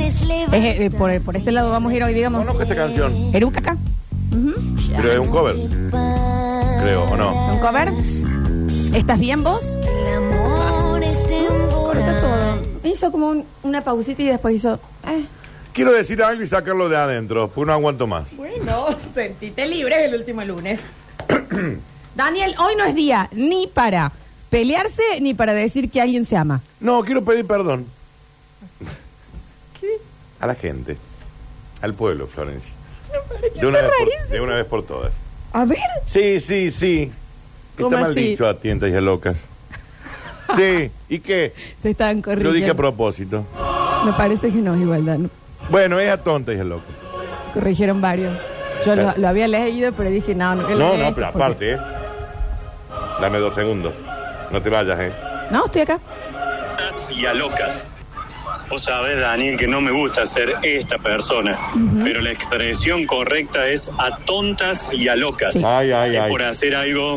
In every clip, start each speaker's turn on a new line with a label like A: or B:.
A: Es, eh, por, por este lado vamos a ir hoy, digamos.
B: Conozco esta canción,
A: Eruca acá. Ujú.
B: pero es un cover, creo, ¿o no?
A: ¿Un cover? ¿Estás bien vos? Corta todo. Hizo como un- una pausita y después hizo. eh.
B: Quiero decir algo y sacarlo de adentro, porque no aguanto más.
A: Bueno, sentite libre es el último lunes. Daniel, hoy no es día ni para pelearse ni para decir que alguien se ama.
B: No, quiero pedir perdón
A: ¿Qué?
B: a la gente, al pueblo, Florencia.
A: que
B: De una,
A: está
B: vez por,
A: rarísimo.
B: de una vez por todas.
A: A ver.
B: Sí, sí, sí.
A: ¿Cómo
B: Está mal
A: así?
B: dicho a tientas y a locas. Sí, ¿y qué?
A: Te estaban corriendo.
B: Lo dije a propósito.
A: Me parece que no es igualdad. ¿no?
B: Bueno, es a tontas y a locas.
A: Corrigieron varios. Yo lo,
B: Claro.
A: lo había leído, pero dije, no, no. que lo
B: No,
A: lea
B: no,
A: esto,
B: pero
A: porque-
B: aparte, ¿eh? Dame dos segundos. No te vayas, ¿eh?
A: No, estoy acá.
C: y a locas. Vos sabés, Daniel, que no me gusta ser esta persona, pero la expresión correcta es a tontas y a locas.
A: Sí.
B: Ay, ay,
C: Es
B: ay.
C: por hacer algo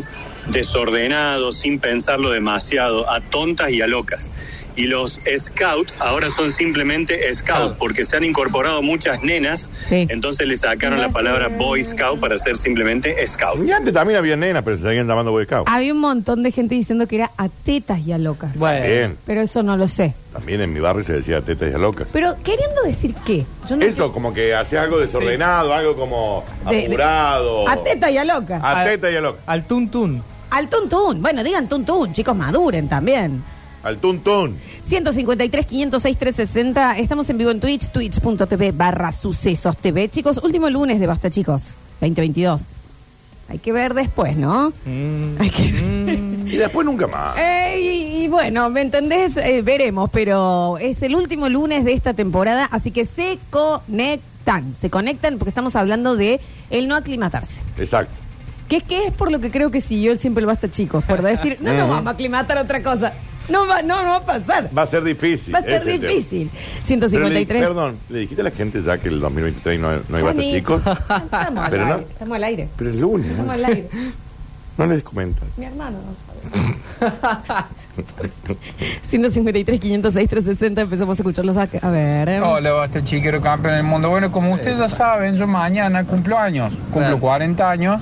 C: desordenado, sin pensarlo demasiado, a tontas y a locas. Y los scouts ahora son simplemente
B: Ah.
C: scouts, porque se han incorporado muchas nenas,
A: Sí.
C: entonces le sacaron la palabra boy scout para ser simplemente scout.
B: Y antes también había nenas, pero se seguían llamando Boy Scout.
A: Había un montón de gente diciendo que era a tetas y a locas.
D: Bueno.
B: Bien.
A: Pero eso no lo sé.
B: También en mi barrio se decía tetas y a locas.
A: Pero queriendo decir qué. Yo no
B: Eso, como que hacía algo desordenado, algo como
A: De- de-
B: apurado.
A: A teta y a loca.
B: A teta y a loca.
D: Al tuntún.
A: Al tuntún. Bueno, digan tuntún, chicos, maduren también.
B: Al tuntún.
A: 153, 506, 360. Estamos en vivo en Twitch, twitch.tv barra sucesos TV. Chicos, último lunes de Basta, chicos, 2022. Hay que ver después, ¿no? Hay que...
B: Y después nunca más.
A: Eh, y, y bueno, ¿me entendés? Eh, veremos, pero es el último lunes de esta temporada, así que se conectan, se conectan porque estamos hablando de el no aclimatarse.
B: Exacto.
A: Que, que es por lo que creo que siguió el siempre lo basta chicos, por decir, no nos vamos a aclimatar a otra cosa. No va, no, no va a pasar.
B: Va a ser difícil.
A: Va a ser
B: ese tema.
A: difícil.
B: Pero le di-
A: 153.
B: perdón, le dijiste a la gente ya que el 2023 no, no iba a estar
A: Dani,
B: chicos.
A: Estamos al,
B: Pero
A: aire,
B: no.
A: estamos al aire.
B: Pero es lunes.
A: Estamos
B: ¿no?
A: al aire.
B: No les comentan.
A: Mi hermano no sabe. 153, 506, 360. Empezamos a escucharlos a, a ver. eh,
E: Hola, basta chiquero campeón del mundo. Bueno, como ustedes ya saben, yo mañana cumplo años, cumplo
D: Claro.
E: 40 años.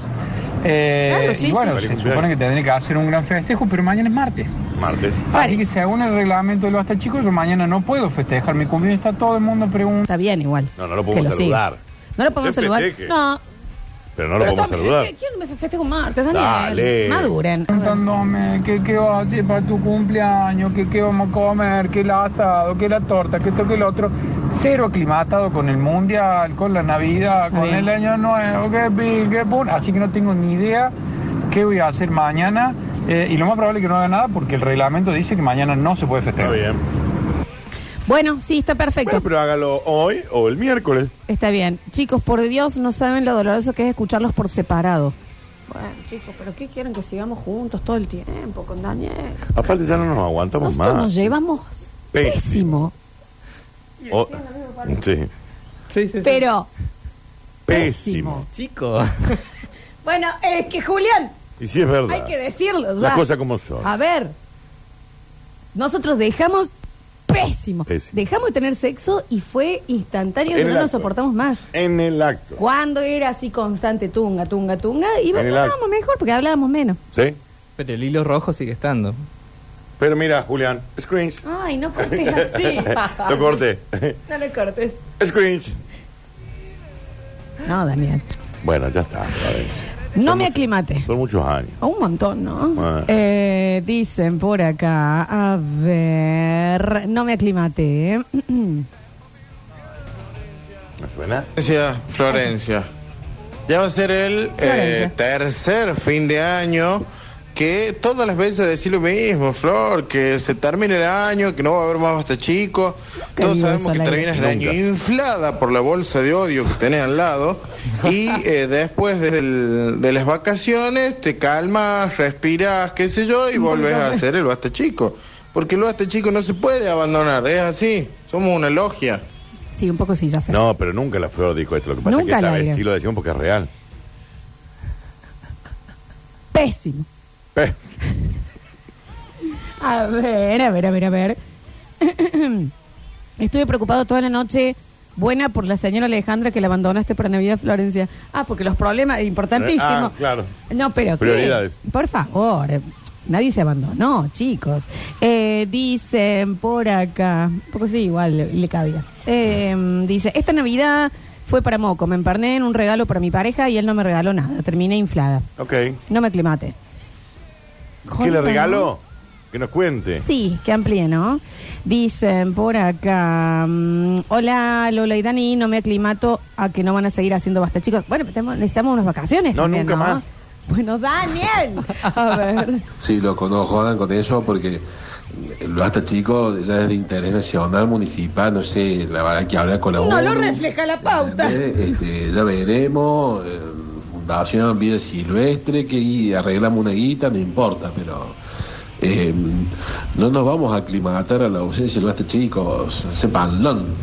E: Eh,
A: Claro, sí,
E: y bueno,
B: sí.
E: se supone que tendré que hacer un gran festejo, pero mañana es martes.
B: Martes.
E: Así que según el reglamento de los hasta chicos, yo mañana no puedo festejar mi cumpleaños. Está todo el mundo preguntando.
A: Está bien igual.
B: No, no lo podemos
A: Que siga.
B: saludar.
A: No lo podemos
B: Que
A: saludar.
B: festeje.
A: No.
B: Pero no lo podemos
A: Tome,
B: saludar.
A: ¿qué- ¿Quién me festeja un martes, Daniel?
B: Dale.
A: Maduren.
E: Preguntándome que qué va a hacer para tu cumpleaños, que qué vamos a comer, que el asado, que la torta, que esto, que el otro. Cero aclimatado con el mundial, con la Navidad,
A: Está
E: con
A: bien.
E: el año nuevo, que pi, que pum. Así que no tengo ni idea qué voy a hacer mañana. Eh, y lo más probable es que no haga nada porque el reglamento dice que mañana no se puede
B: Está
E: festejar.
B: bien.
A: Bueno, sí, está perfecto.
B: Bueno, pero hágalo hoy o el miércoles.
A: Está bien. Chicos, por Dios, no saben lo doloroso que es escucharlos por separado. Bueno, chicos, ¿pero qué quieren que sigamos juntos todo el tiempo con Daniel?
B: Aparte ya no nos aguantamos
A: Nosotros nos
B: más.
A: llevamos pésimo.
B: Pésimo. O- sí.
D: Sí, sí, sí.
A: Pero,
B: Pésimo.
D: Chico.
A: bueno, es que Julián,
B: Y sí es verdad.
A: hay que decirlo ya.
B: Las cosas como son.
A: A ver, nosotros dejamos pésimo.
B: Pésimo.
A: Dejamos de tener sexo y fue instantáneo y
B: En
A: no
B: el
A: nos
B: acto.
A: soportamos más.
B: En el acto.
A: Cuando era así constante, tunga, tunga, tunga, y
B: En el
A: hablábamos
B: acto.
A: mejor porque hablábamos menos.
B: ¿Sí?
D: Pero el hilo rojo sigue estando.
B: Pero mira, Julián, screens.
A: Ay, no cortes así.
B: Lo corté.
A: No lo cortes.
B: screens.
A: No, Daniel.
B: Bueno, ya está. a ver.
A: No me aclimate.
B: Son muchos años.
A: Un montón, ¿no?
B: Bueno.
A: Eh, dicen por acá, a ver, no me aclimate. ¿eh?
B: ¿Me suena?
F: Florencia, Florencia. Ya va a ser el eh,
A: Florencia.
F: tercer fin de año que todas las veces decir lo mismo, Flor, que se termine el año, que no va a haber más hasta chico.
A: Qué
F: Todos
A: lindo eso
F: sabemos que
A: al
F: terminas el
B: aire.
F: año inflada por la bolsa de odio que tenés al lado y eh, después del- de las vacaciones te calmas, respiras, qué sé yo, y volvés a hacer el basta chico. Porque el basta chico no se puede abandonar, es así, somos una logia.
A: Sí, un poco sí, ya sé.
B: No, pero nunca la Flor dijo esto. Lo que pasa
A: Nunca
B: es que
A: la
B: esta vez
A: dijo.
B: sí lo decimos porque es real.
A: Pésimo.
B: Pe-
A: A ver, a ver, a ver, a ver. Estuve preocupado toda la noche Buena por la señora Alejandra que la abandonaste para Navidad, Florencia. Ah, porque los problemas, importantísimo.
B: Ah, claro.
A: No, pero ¿qué?
B: Prioridades.
A: Por favor, nadie se abandonó, chicos. Eh, dicen por acá, porque sí, igual le, le cabía. Eh, dice, esta Navidad fue para Moco, me emparné en un regalo para mi pareja y él no me regaló nada, terminé inflada.
B: Ok.
A: No me aclimate.
B: ¿Qué le regaló? Que nos cuente.
A: Sí, que amplíe, ¿no? Dicen por acá, mm, hola Lola y Dani, no me aclimato a que no van a seguir haciendo basta, chicos. Bueno, pero tenemos- necesitamos unas vacaciones.
B: No,
A: también,
B: nunca más.
A: Bueno, Daniel, a ver.
G: Sí, loco, no jodan con eso porque lo hasta chico ya es de interés nacional, municipal, no sé, la verdad que habla con la
A: No
G: ONU.
A: lo refleja la pauta.
G: Eh, este, ya veremos, eh, Fundación Vida Silvestre, que y arreglamos una guita, no importa, pero eh, no nos vamos a aclimatar a la ausencia de hasta chicos, sepanlón.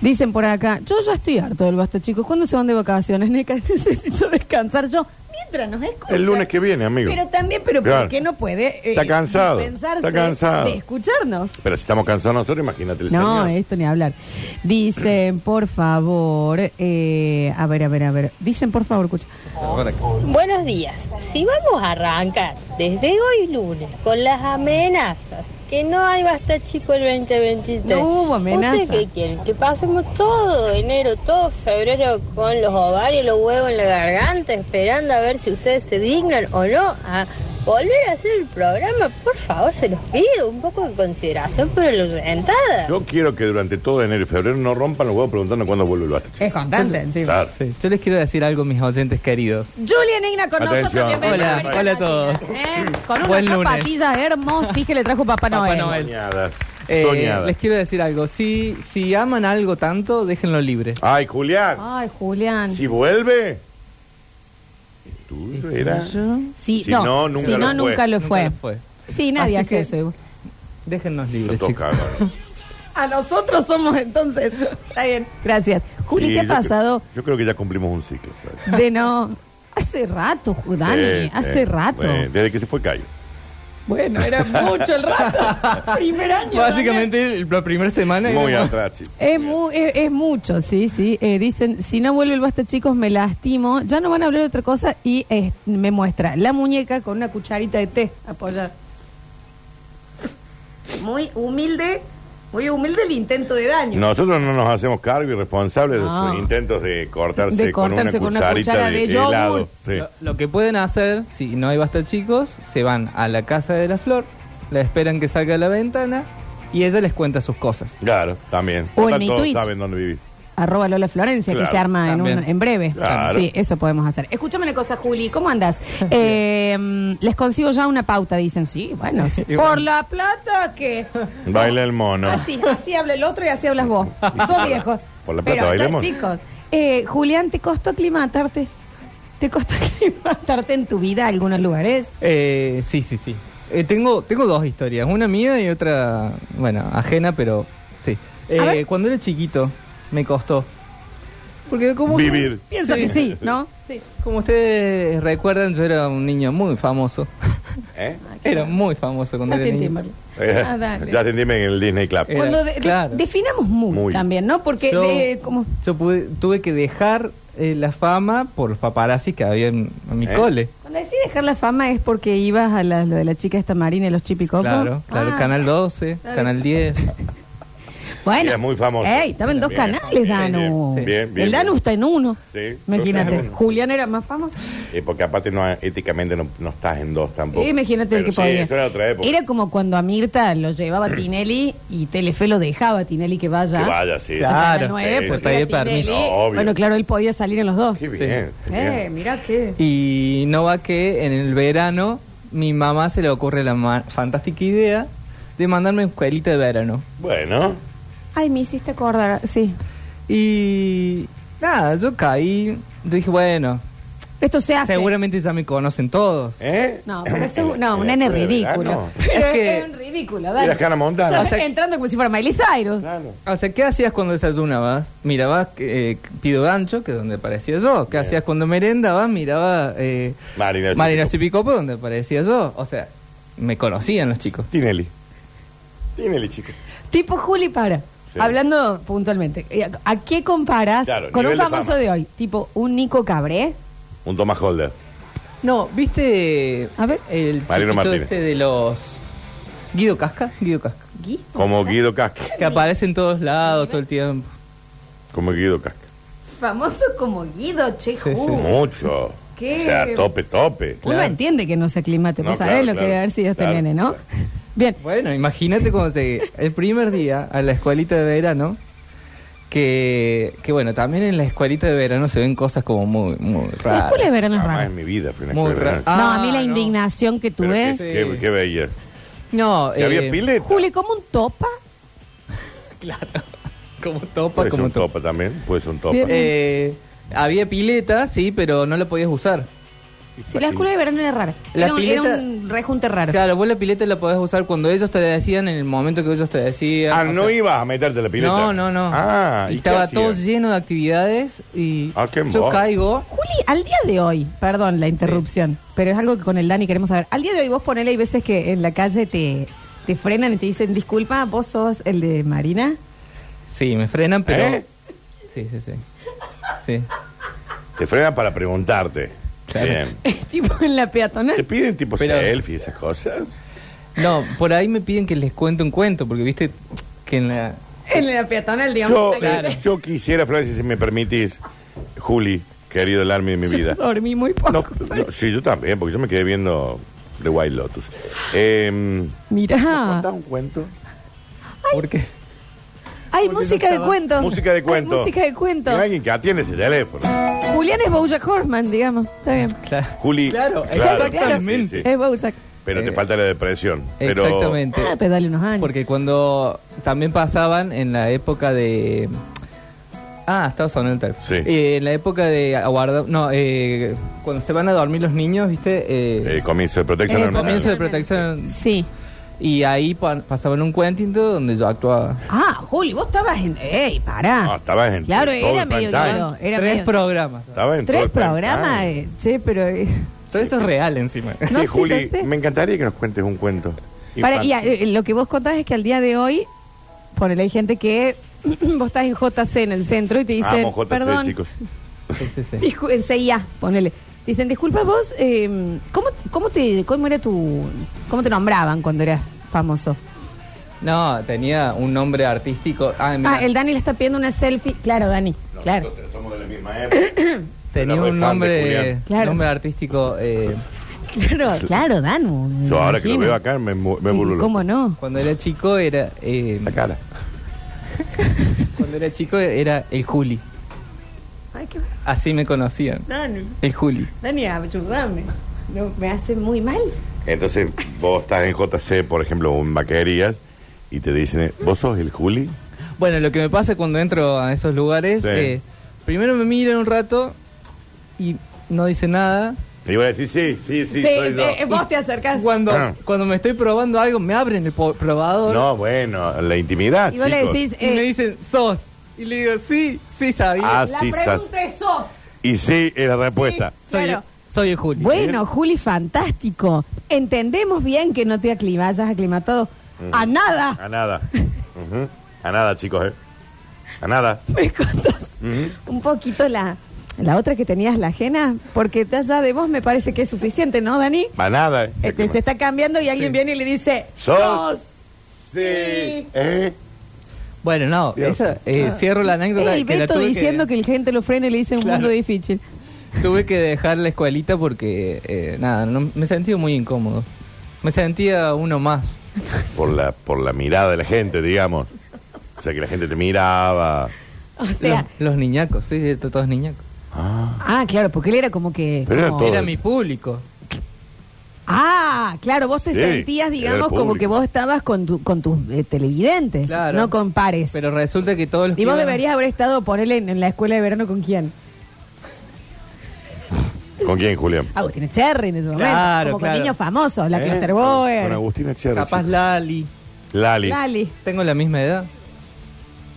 A: Dicen por acá, yo ya estoy harto del basta, chicos. ¿Cuándo se van de vacaciones, Neca? Necesito descansar yo. Mientras nos escuchan.
B: El lunes que viene, amigo.
A: Pero también, pero
B: Claro.
A: ¿por qué no puede eh,
B: Está cansado,
A: pensarse
B: está cansado.
A: de escucharnos?
B: Pero si estamos cansados nosotros, imagínate el
A: No,
B: señor.
A: esto ni hablar. Dicen, por favor, eh, a ver, a ver, a ver. Dicen, por favor, escucha.
H: Buenos días. Si vamos a arrancar desde hoy lunes con las amenazas, que no hay basta chico el 2023.
A: No hubo amenaza.
H: ¿Ustedes qué quieren? Que pasemos todo enero, todo febrero con los ovarios, los huevos en la garganta, esperando a ver si ustedes se dignan o no a volver a hacer el programa. Por favor, se los pido un poco de consideración por la rentada.
B: Yo quiero que durante todo enero y febrero no rompan los huevos preguntando cuándo vuelve el basta.
A: Es constante encima.
B: Claro.
D: Sí, Yo les quiero decir algo, mis oyentes queridos.
A: Julian Igna con
B: Atención.
A: nosotros. bienvenida
D: Hola,
A: América
D: hola a todos.
A: Latina, ¿eh? Con unas
D: Buen lunes.
A: zapatillas hermosas que le trajo Papá
D: Papá
A: Noel.
D: Noel.
B: Soñadas.
D: Eh,
B: Soñadas.
D: les quiero decir algo. Si, si aman algo tanto, déjenlo libre.
B: Ay, Julián,
A: Ay, Julián.
B: si vuelve. Tú era.
D: Yo-
A: Si,
B: Si
A: no,
B: no, nunca
A: si
B: lo
A: no,
B: fue.
A: nunca lo
D: Nunca
A: fue.
D: lo fue.
A: Sí, nadie
D: Así
A: hace
D: que-
A: eso. igual.
D: Déjennos
B: Son
D: libres,
B: todos
D: chicos.
B: cagados.
A: A nosotros somos entonces. Está bien. Gracias. Juli,
B: Sí,
A: ¿qué ha
B: yo creo-
A: pasado
B: yo creo que ya cumplimos un ciclo. ¿sabes?
A: de no? Hace rato, Ju- Dani,
B: Sí,
A: hace
B: sí.
A: rato.
B: Eh, desde que se fue Cayo.
A: Bueno, era mucho el rato. Primer año. Daniel.
D: Básicamente, el- la primera semana.
B: Muy
D: era-
B: atrás, sí.
A: Es, mu- es, es mucho, sí, sí. Eh, dicen, si no vuelve el basta, chicos, me lastimo. Ya no van a hablar de otra cosa y eh, me muestra la muñeca con una cucharita de té apoyada. Muy humilde, muy humilde el intento de daño.
B: Nosotros no nos hacemos cargo y responsables
A: No.
B: de sus intentos de cortarse,
A: Ah. De cortarse con
B: con
A: una
B: una cucharita
A: cuchara
B: de,
A: de yogur.
B: helado. Sí.
D: Lo, lo que pueden hacer, si no hay basta chicos, se van a la casa de la flor, la esperan que salga a la ventana y ella les cuenta sus cosas.
B: Claro, también.
A: O en
B: Total,
A: mi
B: todos
A: Twitch.
B: saben dónde vivís.
A: Arroba Lola Florencia,
B: Claro,
A: que se arma en,
D: también.
A: un- en breve.
B: Claro.
A: Sí, eso podemos hacer. Escúchame una cosa, Juli, ¿cómo andas? Eh, mm, les consigo ya una pauta, dicen. Sí, bueno, sí.
D: Y
A: por
D: bueno.
A: la plata que...
B: Baila el mono.
A: Así, así habla el otro y así hablas vos. Sos viejo.
B: Por la plata
A: Pero,
B: bailemos.
A: ya, chicos, eh, Julián, ¿te costó aclimatarte? ¿Te costó aclimatarte en tu vida a algunos lugares?
D: Eh, sí, sí, sí. Eh, tengo, tengo dos historias, una mía y otra, bueno, ajena, pero sí. Eh,
A: A ver.
D: cuando era chiquito me costó. Porque como
B: Vivir.
A: Pienso que sí, ¿no? Sí.
D: como ustedes recuerdan, yo era un niño muy famoso.
A: Ah,
B: ¿Eh?
D: era muy famoso cuando era
A: Justin
D: niño.
A: Timberlake. Ah, dale.
B: ya atendíme en el Disney Club.
D: Eh,
A: Cuando de- de-
D: claro.
A: definamos muy,
B: Muy.
A: también, ¿no? Porque
D: Yo-
A: eh, como...
D: Yo pude- tuve que dejar eh, la fama por los paparazzi que había en, en mi
B: ¿Eh?
D: cole.
A: Cuando decís dejar la fama es porque ibas a la, lo de la chica esta marina y los Ah, chipicocos.
D: Claro, claro, Canal 12,
A: Claro.
D: Canal 10.
A: Bueno.
B: Era muy famoso.
A: Ey, estaba en dos
B: Bien,
A: canales,
B: bien,
A: Danu.
B: bien, bien, bien.
A: El Danu está en uno.
B: Sí.
A: Imagínate.
B: Está en uno.
A: Julián era más famoso.
B: Eh, porque aparte no, éticamente no, no estás en dos tampoco.
A: Eh, imagínate
B: Pero
A: que
B: sí,
A: podía.
B: eso era otra época.
A: Era como cuando a Mirta lo llevaba Tinelli y Telefe lo dejaba a Tinelli que vaya.
B: Que vaya, sí.
A: A
D: Claro.
A: las nueve, pues,
B: Sí,
A: porque
B: sí.
A: era
D: Pedir permiso.
A: Tinelli.
B: No, obvio.
A: bueno, claro, él podía salir en los dos.
B: Qué bien.
A: Eh,
B: qué bien.
A: mirá qué.
D: Y no va que en el verano mi mamá se le ocurre la ma- fantástica idea de mandarme a escuelita de verano.
B: Bueno,
A: Ay, me hiciste acordar, sí.
D: Y nada, yo caí, yo dije, bueno,
A: Esto se hace.
D: seguramente ya me conocen todos.
B: ¿eh?
A: No, pero eso es
B: En la
A: no, un nene
B: escuela de
A: ridículo.
B: verano.
A: Pero
D: Es
A: es,
D: que-
A: es un ridículo, dale.
B: Era Hannah Montana.
A: Estás entrando como si fuera Miley Cyrus.
B: Claro.
D: O sea, ¿qué hacías cuando desayunabas? Mirabas eh, Pido Gancho, que es donde aparecía yo. ¿Qué
B: Bien.
D: hacías cuando merendabas? Miraba eh,
B: Marina el
D: Marina
B: Chipicopo.
D: Chipicopo, donde aparecía yo. O sea, me conocían los chicos.
B: Tinelli. Tinelli, chicos.
A: Tipo Juli para.
B: Sí.
A: Hablando puntualmente, eh, ¿a qué comparas
B: Claro,
A: con un
B: nivel de
A: famoso
B: fama.
A: de, hoy? Tipo, un Nico Cabré.
B: Un Thomas Holder.
D: No, ¿viste
A: A ver.
D: el
B: Mariano
D: chiquito
B: Martínez.
D: este de los... Guido Casca, Guido Casca.
A: Gui-
B: Como Guido Casca.
D: Que aparece en todos lados todo el tiempo.
B: Como Guido Casca.
A: Famoso como Guido, che,
D: Sí,
A: ju.
D: sí.
B: Mucho.
A: ¿Qué?
B: O sea, tope, tope.
A: Uno
D: Claro.
A: entiende que no se aclimate,
B: No,
A: pues sabés
B: claro,
A: lo que
B: claro,
A: debe haber sido este
B: claro,
A: nene, ¿no?
B: claro.
A: Bien,
D: Bueno, imagínate cuando te, el primer día a la escuelita de verano, que, que bueno, también en la escuelita de verano se ven cosas como muy, muy
A: la
D: raras.
A: escuela de verano es
B: Jamás
A: rara.
B: en mi vida fui a una
D: Muy
B: escuela de
D: raro.
B: verano.
A: no, a
D: Ah,
A: mí la
D: no.
A: indignación que
B: Pero
A: tuve.
B: qué, qué- qué bella.
D: No,
B: ¿Y había
D: eh,
B: pileta?
A: Juli, ¿cómo un topa?
D: Claro, como topa,
B: Puede ser
D: como
B: un
D: topa.
B: topa también. Puede ser un topa.
A: Bien.
D: Eh, había pileta, sí, pero no la podías usar.
A: Si la escuela de verano era rara.
D: La
A: era, un, era
D: pileta-
A: un rejunte raro.
D: Claro, vos la pileta la podés usar cuando ellos te decían, en el momento que ellos te decían.
B: Ah,
D: o
B: no
D: sea,
B: ibas a meterte la pileta.
D: No, no, no.
B: Ah, ¿y
D: y
B: qué
D: estaba
B: hacías?
D: todo lleno de actividades y
B: Ah, qué
D: yo
B: embole.
D: caigo.
A: Juli, al día de hoy, perdón la interrupción, pero es algo que con el Dani queremos saber. Al día de hoy vos ponele, hay veces que en la calle te, te frenan y te dicen, disculpa, vos sos el de Marina.
D: Sí, me frenan, pero.
B: ¿Eh?
D: Sí, sí, sí. Sí.
B: Te frenan para preguntarte.
D: Claro.
B: Bien.
A: Es tipo en la peatonal.
B: ¿Te piden tipo
D: Pero-
B: selfie y esas cosas?
D: No, por ahí me piden que les cuente un cuento, porque viste que en la.
A: En la peatonal, digamos.
B: Yo,
A: Está claro.
B: eh, yo quisiera, Francis, si me permitís, Juli, querido el army de mi vida.
A: Dormí muy poco.
B: No, no, sí, yo también, porque yo me quedé viendo The Wild Lotus. Eh,
A: Mirá,
B: un cuento?
D: Porque.
A: hay música de cuento.
B: Música de
A: Hay
B: cuento.
A: música de cuento.
B: Hay alguien que atiende ese teléfono.
A: Julián es Bojack Horseman, digamos. Está bien.
D: Claro.
B: Juli.
D: Claro,
A: exactamente.
B: sí, sí.
A: Es Bojack.
B: Pero te
D: Eh,
B: falta la depresión. Pero,
D: Exactamente.
A: Ah, pero dale unos años.
D: Porque cuando también pasaban en la época de. Ah, estaba sonando el teléfono.
B: Sí.
D: Eh, en la época de aguarda, no, eh, cuando se van a dormir los niños, viste, eh,
B: Eh, comienzo de protección.
A: Eh,
B: al menor.
D: comienzo de protección
A: Sí.
D: y ahí pa- pasaban un cuentito donde yo actuaba.
A: Ah, Juli, vos estabas en... ¡Ey, pará!
B: No, estabas Ah, en
A: Claro,
B: todo
A: era
B: el
A: medio
B: pantalla.
A: guido. Era
D: Tres
A: medio-
D: programas.
B: Estaba en todo
A: Tres
B: el Ah. pantalla.
A: programas, eh, che, pero... eh,
D: Todo esto es real encima.
A: No, sí,
B: sí, Juli,
A: ya sé.
B: me encantaría que nos cuentes un cuento.
A: para- y
B: Infantil.
A: eh, lo que vos contás es que al día de hoy, ponele, hay gente que... vos estás en JC, en el centro, y te dicen...
B: Amo JC,
A: perdón,
B: Ah, chicos.
D: Sí, sí, sí.
A: discu- en CIA, ponele. Dicen, disculpa vos, eh, ¿cómo, cómo, te, ¿cómo era tu... ¿Cómo te nombraban cuando eras famoso?
D: No, tenía un nombre artístico. Ah, mira,
A: Ah, el Dani le está pidiendo una selfie. Claro, Dani, claro.
B: Nosotros somos de la misma época.
D: tenía
B: Era re fan
D: un
B: de
D: nombre,
B: Julián.
A: Claro.
D: nombre artístico. eh,
A: Claro, claro, Danu. me
B: Yo ahora que lo
A: imagino.
B: veo acá me, mu- me burlo.
A: ¿Cómo no?
D: cuando era chico era. eh,
B: La cara.
D: cuando era chico era el Juli.
A: Ay, qué...
D: Así me conocían.
A: Dani,
D: El Juli.
A: Dani, ayúdame. No, me hace muy mal.
B: Entonces vos estás en JC, por ejemplo, en vaquerías, y te dicen, eh, ¿vos sos el Juli?
D: Bueno, lo que me pasa cuando entro a esos lugares,
B: Sí.
D: eh, primero me miran un rato y no dicen nada.
B: Y iba a decir, sí, sí, sí, soy yo.
A: eh, eh, vos te acercás.
D: Cuando,
B: Ah.
D: cuando me estoy probando algo, me abren el po- probador
B: No, bueno, la intimidad,
A: Y vos le
B: chicos.
A: decís,
D: y me
A: eh,
D: dicen, sos. Y le digo, sí, sí sabía.
B: Ah,
A: la
B: sí,
A: pregunta es sos.
B: Y sí es la respuesta.
A: Sí.
D: soy,
A: claro.
D: soy el Juli. ¿eh?
A: Bueno, Juli, fantástico. Entendemos bien que no te aclima- hayas aclimatado a
B: Mm.
A: nada.
B: A nada. Ujú. A nada, chicos, ¿eh? A nada.
A: Me contás
B: Ujú.
A: un poquito la, la otra que tenías, la ajena, porque ya de vos me parece que es suficiente, ¿no, Dani?
B: A nada. ¿eh?
A: Este, se está cambiando y alguien
D: Sí.
A: viene y le dice,
B: Sos.
A: sos.
B: Sí. ¿Eh?
D: Bueno, no,
B: Dios. Ah.
D: esa, eh, cierro la
A: Es
D: anécdota.
A: el
D: que la
A: Beto
D: tuve
A: diciendo que... el gente lo frena y le dice un
D: Claro.
A: mundo difícil.
D: Tuve que dejar la escuelita porque, eh, nada, no- me sentía muy incómodo. Me sentía uno más.
B: Por la, por la mirada de la gente, digamos. O sea, que la gente te miraba.
A: O sea,
D: los, los niñacos, sí, sí, todos niñacos.
B: Ah,
A: ah, claro, porque él era como que...
B: Pero era
A: como-
B: Todos.
D: Era mi público.
A: Ah, claro, vos te
B: Sí,
A: sentías,
B: era
A: digamos,
B: el
A: como
B: público.
A: que vos estabas con, tu- con tus eh, televidentes,
D: Claro.
A: no con pares.
D: Pero resulta que todos los
A: y vos
D: que iban-
A: deberías haber estado, ponele, en, en la escuela de verano con quién.
B: ¿Con quién, Julián?
A: Agustín Ah, Cherry en ese momento.
D: Claro,
A: como
D: claro.
A: con niños famosos, la
B: ¿Eh?
A: Cluster
B: Con
A: Boy,
B: Agustina Cherry.
D: Capaz Lali.
B: Lali.
A: Lali.
D: Tengo la misma edad.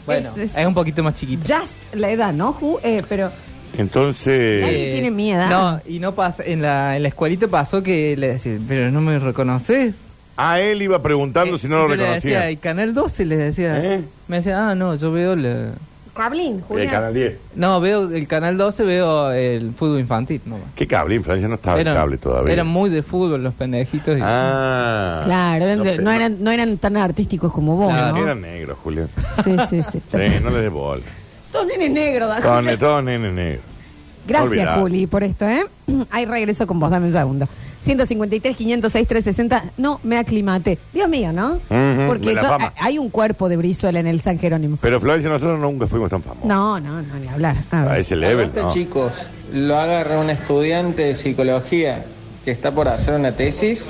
D: Bueno,
A: Es-
D: es,
A: es-
D: un poquito más chiquito.
A: Just la edad, ¿no, Ju? Eh, pero
B: Entonces,
A: Lali. tiene mi edad.
D: No, y no pasa. En la, en la escuelita pasó que le decía, pero no me reconoces.
B: A él iba preguntando
D: Eh,
B: si no lo
D: yo le
B: reconocía.
D: decía,
B: El
D: y Canal 12 les decía.
B: ¿Eh?
D: Me decía, ah, no, yo veo la-
A: Cablín, Julián.
B: Canal 10.
D: No, veo el Canal 12, veo el fútbol infantil. nomás.
B: ¿Qué cable? En Francia no estaba
D: Eran-
B: el cable todavía.
D: Eran muy de fútbol los pendejitos. y-
B: Ah.
A: Claro, eran-
B: pero-
A: no, eran, no eran tan artísticos como vos,
D: Claro,
A: ¿no?
B: Eran negros, Julián.
A: Sí, sí, sí.
B: Sí, no les dé bola.
A: Todos nenes negros, Dani.
B: Todos ne- Todos nenes negros.
A: Gracias,
B: Olvidado.
A: Juli, por esto, ¿eh? Ahí regreso con vos, dame un segundo. 153, 506, 360. No, me aclimaté. Dios mío, ¿no?
B: Ujú,
A: Porque
B: de la
A: yo-
B: fama.
A: a- hay un cuerpo de Brizuela en el San Jerónimo.
B: Pero Florencia, nosotros nunca fuimos tan famosos.
A: No, no, no, ni hablar. A ver.
B: A ese level,
I: Aparte,
B: no.
I: chicos, lo agarra un estudiante de psicología que está por hacer una tesis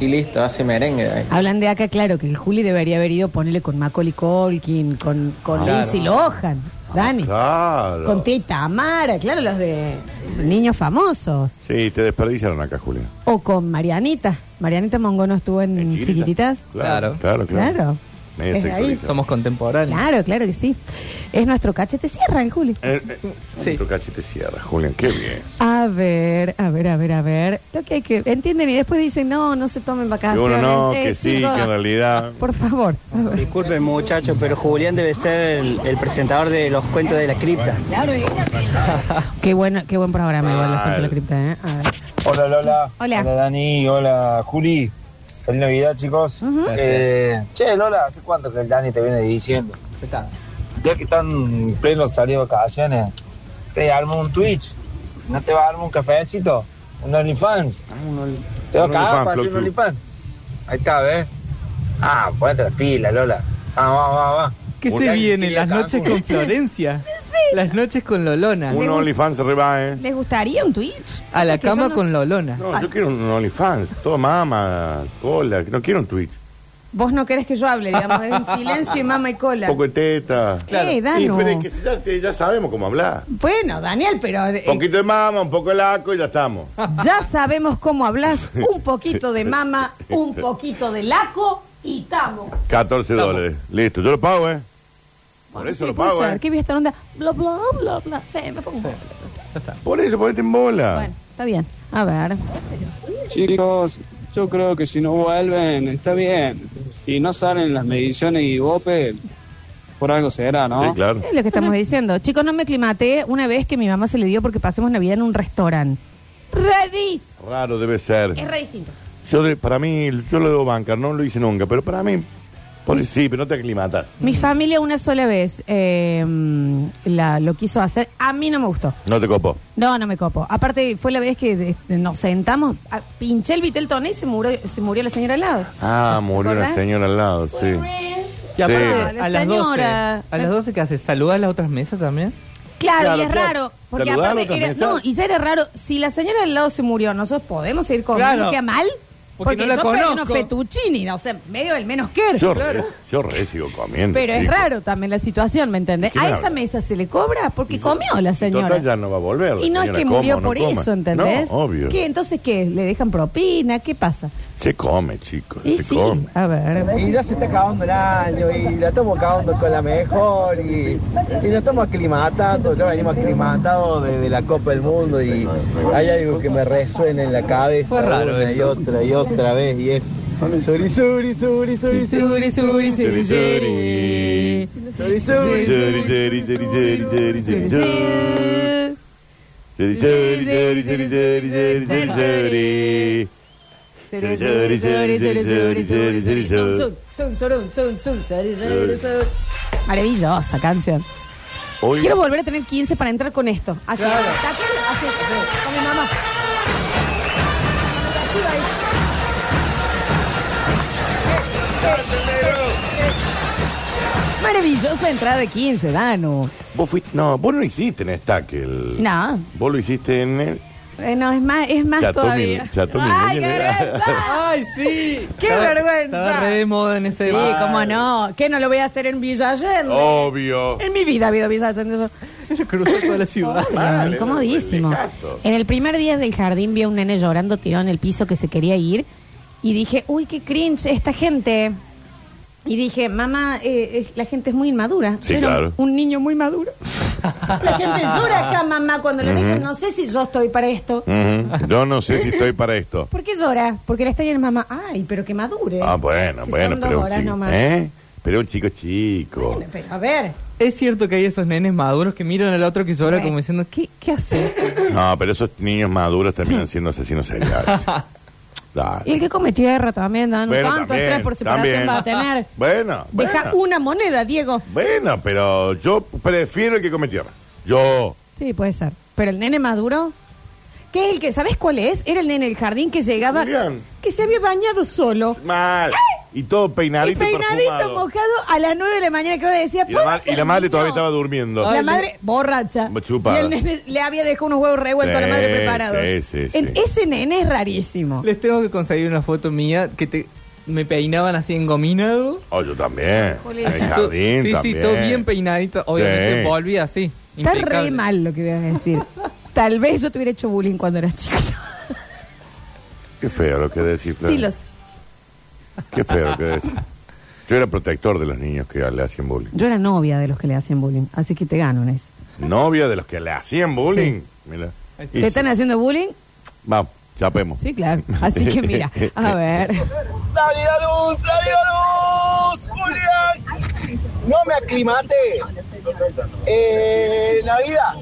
I: y listo, hace merengue. de ahí.
A: Hablan de acá, claro, que el Juli debería haber ido ponerle con Macaulay Colkin, con,
B: Ah,
A: con
D: Claro.
A: Lindsay Lohan, Dani,
B: Claro.
A: con Tita Amara, claro, los de niños famosos.
B: Sí, te desperdiciaron acá, Julián.
A: O con Marianita. Marianita Mongo no estuvo en,
B: ¿En
A: Chiquititas.
B: Chiquititas? Claro, claro, claro.
A: Mm, Claro.
B: Me
A: Es de ahí.
B: sexualizó.
D: Somos contemporáneos.
A: Claro, claro que sí. Es nuestro cachete cierra el Juli.
B: Eh, eh,
D: Sí.
B: otro cachete cierra, Julián, qué bien.
A: A ver, a ver, a ver, a ver. Lo que hay que. Entienden y después dicen, no, no se tomen
B: Que
A: vacaciones.
B: uno no,
A: Eh,
B: que sí,
A: chicos,
B: que en realidad.
A: Por favor. A ver.
J: Disculpen muchachos, pero Julián debe ser el, el presentador de los cuentos de la cripta.
A: Qué, bueno, qué buen programa, igual, los
B: Mal.
A: cuentos de la cripta, ¿eh? A ver.
J: Hola Lola.
A: Hola.
J: Dani. Hola Juli. Feliz Navidad chicos.
A: Ujú.
J: Eh, che Lola, ¿hace cuánto que el Dani te viene diciendo?
D: ¿Qué tal?
J: Ya que están plenos salir de vacaciones, te armo un Twitch. ¿No te va a armar un cafecito? Un OnlyFans. Te va a
B: Ah, Un
J: cagar
B: OnlyFans,
J: para hacer
B: Flow
J: un
B: Flow.
J: OnlyFans. Ahí está, ¿ves? Ah, ponete las pilas, Lola. Ah, Vamos, vamos, vamos.
D: ¿Qué
B: Una-
D: se viene? Las
J: Cancún.
D: noches con Florencia. Las noches con Lolona.
B: Un OnlyFans reba, ¿eh?
A: ¿Les gustaría un Twitch?
D: A la
A: Cosa que yo
D: cama
A: no
D: con
A: sé.
D: Lolona.
B: No, yo quiero un OnlyFans. Todo mama, cola. No quiero un tweet.
A: Vos no querés que yo hable, digamos, es un silencio y mama y cola.
B: Poco de teta.
D: Claro.
A: Eh,
B: Y,
A: Dano.
B: pero es que ya, ya sabemos cómo hablar.
A: Bueno, Daniel, pero. eh, Ah.
B: Un poquito de mama, un poco de laco y ya estamos.
A: Ya sabemos cómo hablas, un poquito de mama, un poquito de laco y tamo.
B: 14 dólares. Listo, yo lo pago, ¿eh? Por
A: Sí,
B: eso lo
A: puede
B: pago,
A: ser,
B: ¿eh?
A: ¿Qué voy a estar onda? Bla, bla, bla, bla. Sí, me pongo.
B: Por eso, ponete en bola.
A: Bueno, está bien. A ver.
K: Chicos, yo creo que si no vuelven, está bien. Si no salen las mediciones y Ibope, por algo será, ¿no?
B: Sí, claro.
A: Es lo que estamos diciendo. Chicos, no me climaté una vez que mi mamá se le dio porque pasemos Navidad en un restaurante. ¡Radis!
B: Raro debe ser.
A: Es re distinto.
B: Yo de- para mí, yo lo debo bancar, no lo hice nunca, pero para mí, por- sí, pero no te aclimatas.
A: Mi familia una sola vez eh, la, lo quiso hacer. A mí no me gustó.
B: No te copo.
A: No, no me copo. Aparte, fue la vez que de- nos sentamos, a- pinché el Viteltoné y se murió, se murió la señora al lado.
B: Ah, murió una
A: ¿Acordás?
B: señora al lado, sí.
D: Y aparte,
A: Sí.
D: a las 12.
A: Señora.
D: ¿A las 12 qué haces? ¿Saludas a las otras mesas también?
A: Claro,
B: Claro,
A: y es
B: claro.
A: raro. Porque
B: Saludar
A: aparte
B: otras
A: era,
B: mesas.
A: no, y ya era raro. Si la señora del lado se murió, ¿nosotros podemos seguir comiendo
D: Claro.
A: que a mal?
D: Porque no la
A: yo pedí unos
D: conozco.
A: fettuccini, no, o sea, medio del menos que.
B: Yo,
A: claro.
B: re, yo re sigo comiendo.
A: Pero es
B: chico.
A: raro también la situación, ¿me entendés?
B: ¿Qué
A: A
B: habla?
A: esa mesa se le cobra porque
B: Y
A: comió la
B: y
A: señora.
B: Total, ya no va a volver. la
A: Y no es
B: señora,
A: que
B: coma
A: murió
B: o no
A: por
B: coma.
A: eso, ¿entendés?
B: No, obvio.
A: ¿Qué? Entonces, ¿qué? ¿Le dejan propina? ¿Qué pasa?
B: Se come, chicos,
A: Y
B: se
A: sí,
B: come.
A: a ver.
J: Y ya se está acabando el año y la estamos acabando con la mejor y, y nos estamos aclimatando, ya venimos aclimatados desde la Copa del Mundo y hay algo que me resuena en la cabeza
D: Fue raro
J: una y
D: eso.
J: otra y otra vez y es suri suri suri suri suri
A: Suri, suri, suri,
B: Suri,
A: suri.
B: suri.
J: suri suri
B: Suri, suri, suri, suri, suri, suri, suri. Suri, suri, suri, suri, suri, suri, suri, suri. Suri, suri, suri, suri, suri, suri, suri, suri.
A: Maravillosa canción.
B: Hoy-
A: Quiero volver a tener 15 para entrar con esto. Así, sáquenlo, así, con mi mamá. Así va ahí. Maravillosa entrada de 15, Danu.
B: Vos fuiste, no, vos no hiciste en Stack el.
A: No.
B: Vos lo hiciste en el.
A: Eh, no, es más, es más
B: Chato
A: todavía.
B: mi- chato mi
A: ¡Ay, qué
B: muñeca.
A: vergüenza!
D: ¡Ay, sí!
A: ¡Qué
D: Estaba-
A: vergüenza!
D: Estaba re de moda en ese
A: Sí,
D: bar.
A: cómo no. ¿Qué no lo voy a hacer en Villa Allende?
B: Oh. Obvio.
A: En mi vida ha habido Villa Allende. yo.
D: Cruzó toda la ciudad.
A: Ay,
B: Vale,
A: incomodísimo.
B: el lejazo.
A: En el primer día del jardín vi a un nene llorando tirado en el piso que se quería ir y dije, uy, qué cringe esta gente. Y dije, mamá, eh, eh, la gente es muy inmadura.
B: Sí,
A: Yo era
B: claro.
A: Un niño muy maduro. La gente llora acá, mamá, cuando le digo,
B: Ujú.
A: no sé si yo estoy para esto.
B: Ujú. Yo no sé si estoy para esto.
A: ¿Por qué llora? Porque la está en mamá. Ay, pero que madure.
B: Ah, bueno,
A: Si
B: bueno,
A: son dos
B: pero un
A: horas
B: chico.
A: nomás.
B: ¿eh? Pero un chico chico.
A: Bueno, pero a ver.
D: Es cierto que hay esos nenes maduros que miran al otro que llora
A: Sí.
D: como diciendo, ¿qué, qué hace?
B: No, pero esos niños maduros terminan siendo asesinos seriales.
A: Y
B: Dale.
A: el que come tierra también, ¿no?
B: Bueno,
A: ¿Cuántos
B: también,
A: tres por separación
B: también.
A: va a tener?
B: Bueno,
A: Deja
B: bueno.
A: una moneda, Diego.
B: Bueno, pero yo prefiero el que come tierra. Yo.
A: Sí, puede ser. Pero el nene maduro, ¿qué es el que, ¿sabes cuál es? Era el nene del jardín que llegaba,
B: Julián.
A: que se había bañado solo.
B: Mal. Y todo
A: Y
B: peinadito y
A: peinadito
B: perfumado.
A: mojado a las 9 de la mañana que vos decías.
B: Y la, ma-
A: "¿Puedo
B: y la
A: ser
B: madre
A: mío?".
B: todavía estaba durmiendo.
A: La madre borracha.
B: Chupada.
A: Y el nene le había dejado unos huevos revueltos a la
B: Sí,
A: madre preparados.
B: sí, sí, sí.
A: En- Ese nene es rarísimo.
D: Les tengo que conseguir una foto mía que te, me peinaban así engominado.
B: Oh, yo también. En
A: Julián.
B: el
A: Sí,
D: Todo-
B: jardín
D: Eh, sí, sí,
B: también.
D: todo bien peinadito. Obviamente
B: Sí.
D: volví así.
A: Está re
D: impecable.
A: mal lo que voy a decir. Tal vez yo te hubiera hecho bullying cuando eras chica.
B: Qué feo lo que decís, Flor.
A: Sí, los.
B: Qué feo lo que decís. Yo era protector de los niños que le hacían bullying.
A: Yo era novia de los que le hacían bullying, así que te gano en eso.
B: Novia de los que le hacían bullying. Mira.
A: ¿Te están haciendo bullying?
B: Vamos, chapemos.
A: Sí, claro. Así que mira, a ver.
J: ¡Dale la luz! ¡Dale la luz! ¡Julián! No me aclimate. Eh, Navidad.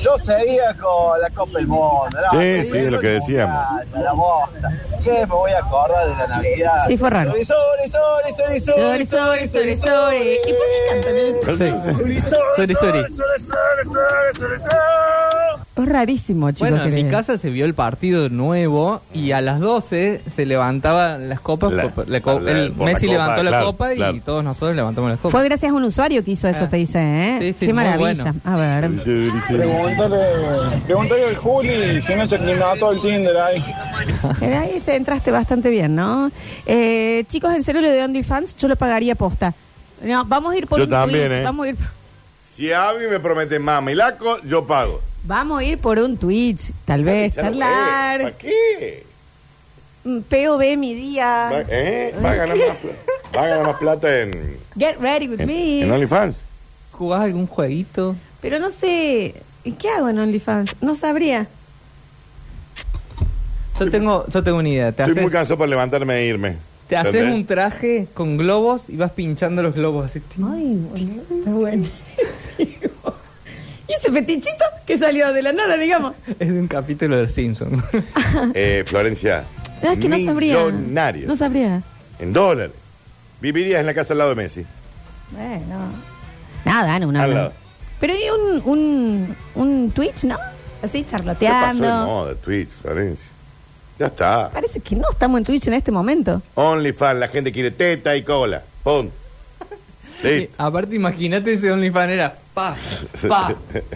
J: Yo seguía con la Copa del Mundo. la-
B: Sí, sí, es lo que decíamos.
J: La bosta. ¿Qué me voy a acordar de la Navidad?
A: Sí, fue raro.
J: Sobre, sobre, sobre, sobre,
A: Sobre, sobre, sobre, sobre. ¿Y por qué cantan eso?
D: Sí. Sorry,
J: Sobre, sobre,
D: sorry.
J: sobre, sobre, sobre, sobre, sobre.
A: Es rarísimo, chicos.
D: Bueno, en
A: que
D: mi
A: le-
D: casa se vio el partido nuevo y a las 12 se levantaban las copas.
B: La-
D: por- la co-
B: la-
D: el
B: por la
D: Messi
B: copa,
D: levantó la
B: claro,
D: copa y
B: claro.
D: todos nosotros levantamos las copas.
A: Fue gracias a un usuario que hizo eso,
D: Ah.
A: te dice, ¿eh?
D: Sí,
A: Qué
D: sí, muy
A: maravilla.
D: bueno.
A: A ver.
E: Pregúntale, pregúntale al Juli si no se aclimató el Tinder ahí.
A: Eh, Ahí te entraste bastante bien, ¿no? Eh, chicos, en serio de OnlyFans, yo lo pagaría posta. No, vamos a ir por
B: Yo
A: un
B: también,
A: Twitch.
B: ¿eh?
A: Vamos a ir.
B: Si a mí me promete mami laco, yo pago.
A: Vamos a ir por un Twitch, tal vez, charlar,
B: ¿Para qué?
A: mm, POV mi
B: Va,
A: día,
B: ¿eh? va a ganar más plata. Va a ganar más plata en,
A: get ready with
B: en,
A: me.
B: en OnlyFans.
D: ¿Jugás algún jueguito?
A: Pero no sé, ¿y ¿qué hago en OnlyFans? No sabría.
D: Yo tengo, yo tengo una idea. Te
B: Estoy muy
D: haces,
B: cansado por levantarme e irme.
D: te haces
B: ¿Entendés?
D: un traje con globos y vas pinchando los globos así. tin.
A: Ay, boludo, está buenísimo. ¿Y ese fetichito que salió de la nada, digamos?
D: Es de un capítulo de Los Simpsons.
B: Eh, Florencia.
A: No, Ah, es que no sabría.
B: millonario.
A: No sabría.
B: En dólares. Vivirías en la casa al lado de Messi.
A: Bueno. Nada, no, no.
B: Al
A: no.
B: lado.
A: Pero hay un, un, un Twitch, ¿no? Así
B: ¿Qué pasó de
A: charloteando.
B: moda Twitch, Florencia? Ya está.
A: Parece que no estamos en Twitch en este momento.
B: OnlyFans, la gente quiere teta y cola. Pon. Listo.
D: Aparte, imagínate ese OnlyFans era pa, pa.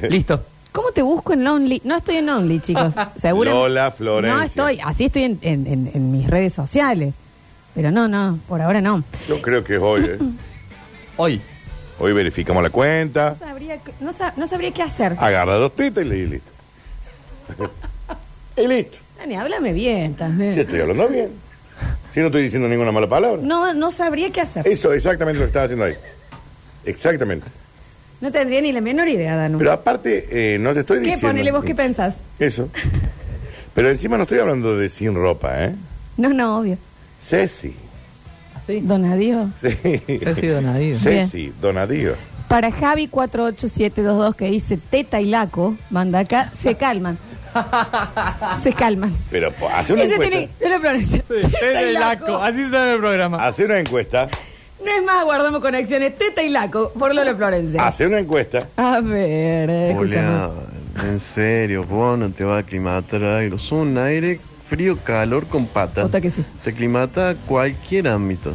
D: Listo.
A: ¿Cómo te busco en Lonely? No estoy en Lonely, chicos. Seguro.
B: Lola Florencia.
A: No estoy. Así estoy en, en- en- en mis redes sociales. Pero no, no. Por ahora no.
B: Yo creo que es hoy, ¿eh?
D: Hoy.
B: Hoy verificamos la cuenta.
A: No sabría, qué- no sa- no sabría qué hacer.
B: Agarra dos tetas y le- y listo. y listo.
A: Dani, háblame bien
B: Si
A: también.
B: estoy hablando bien. Si no estoy diciendo ninguna mala palabra.
A: No, no sabría qué hacer.
B: Eso, exactamente lo que estaba haciendo ahí. Exactamente.
A: No tendría ni la menor idea, Danu.
B: Pero aparte, eh, no te estoy
A: ¿Qué?
B: diciendo.
A: Ponele vos qué pensás.
B: Eso. Pero encima no estoy hablando de sin ropa, ¿eh?
A: No, no, obvio.
B: Ceci.
D: Así.
A: Don Adiós.
B: Sí.
D: Ceci Donadío.
B: Ceci, Donadío.
A: Para Javi 48722 que dice teta y laco, manda acá, se calman. se calman.
B: Pero po, hace una
A: Ese
B: encuesta.
A: tiene, yo lo pronuncio. Teta y laco.
D: Así sale el programa.
B: Hace una encuesta.
A: No es más, guardamos conexiones, teta y laco, por Lolo Florencia.
B: Hace una encuesta.
A: A ver, eh,
L: Ah. Hola,
A: escuchamos.
L: en serio, vos no te vas a aclimatar a aire. Es un aire frío, calor con patas.
A: Puta que sí.
L: Te aclimata a cualquier ámbito.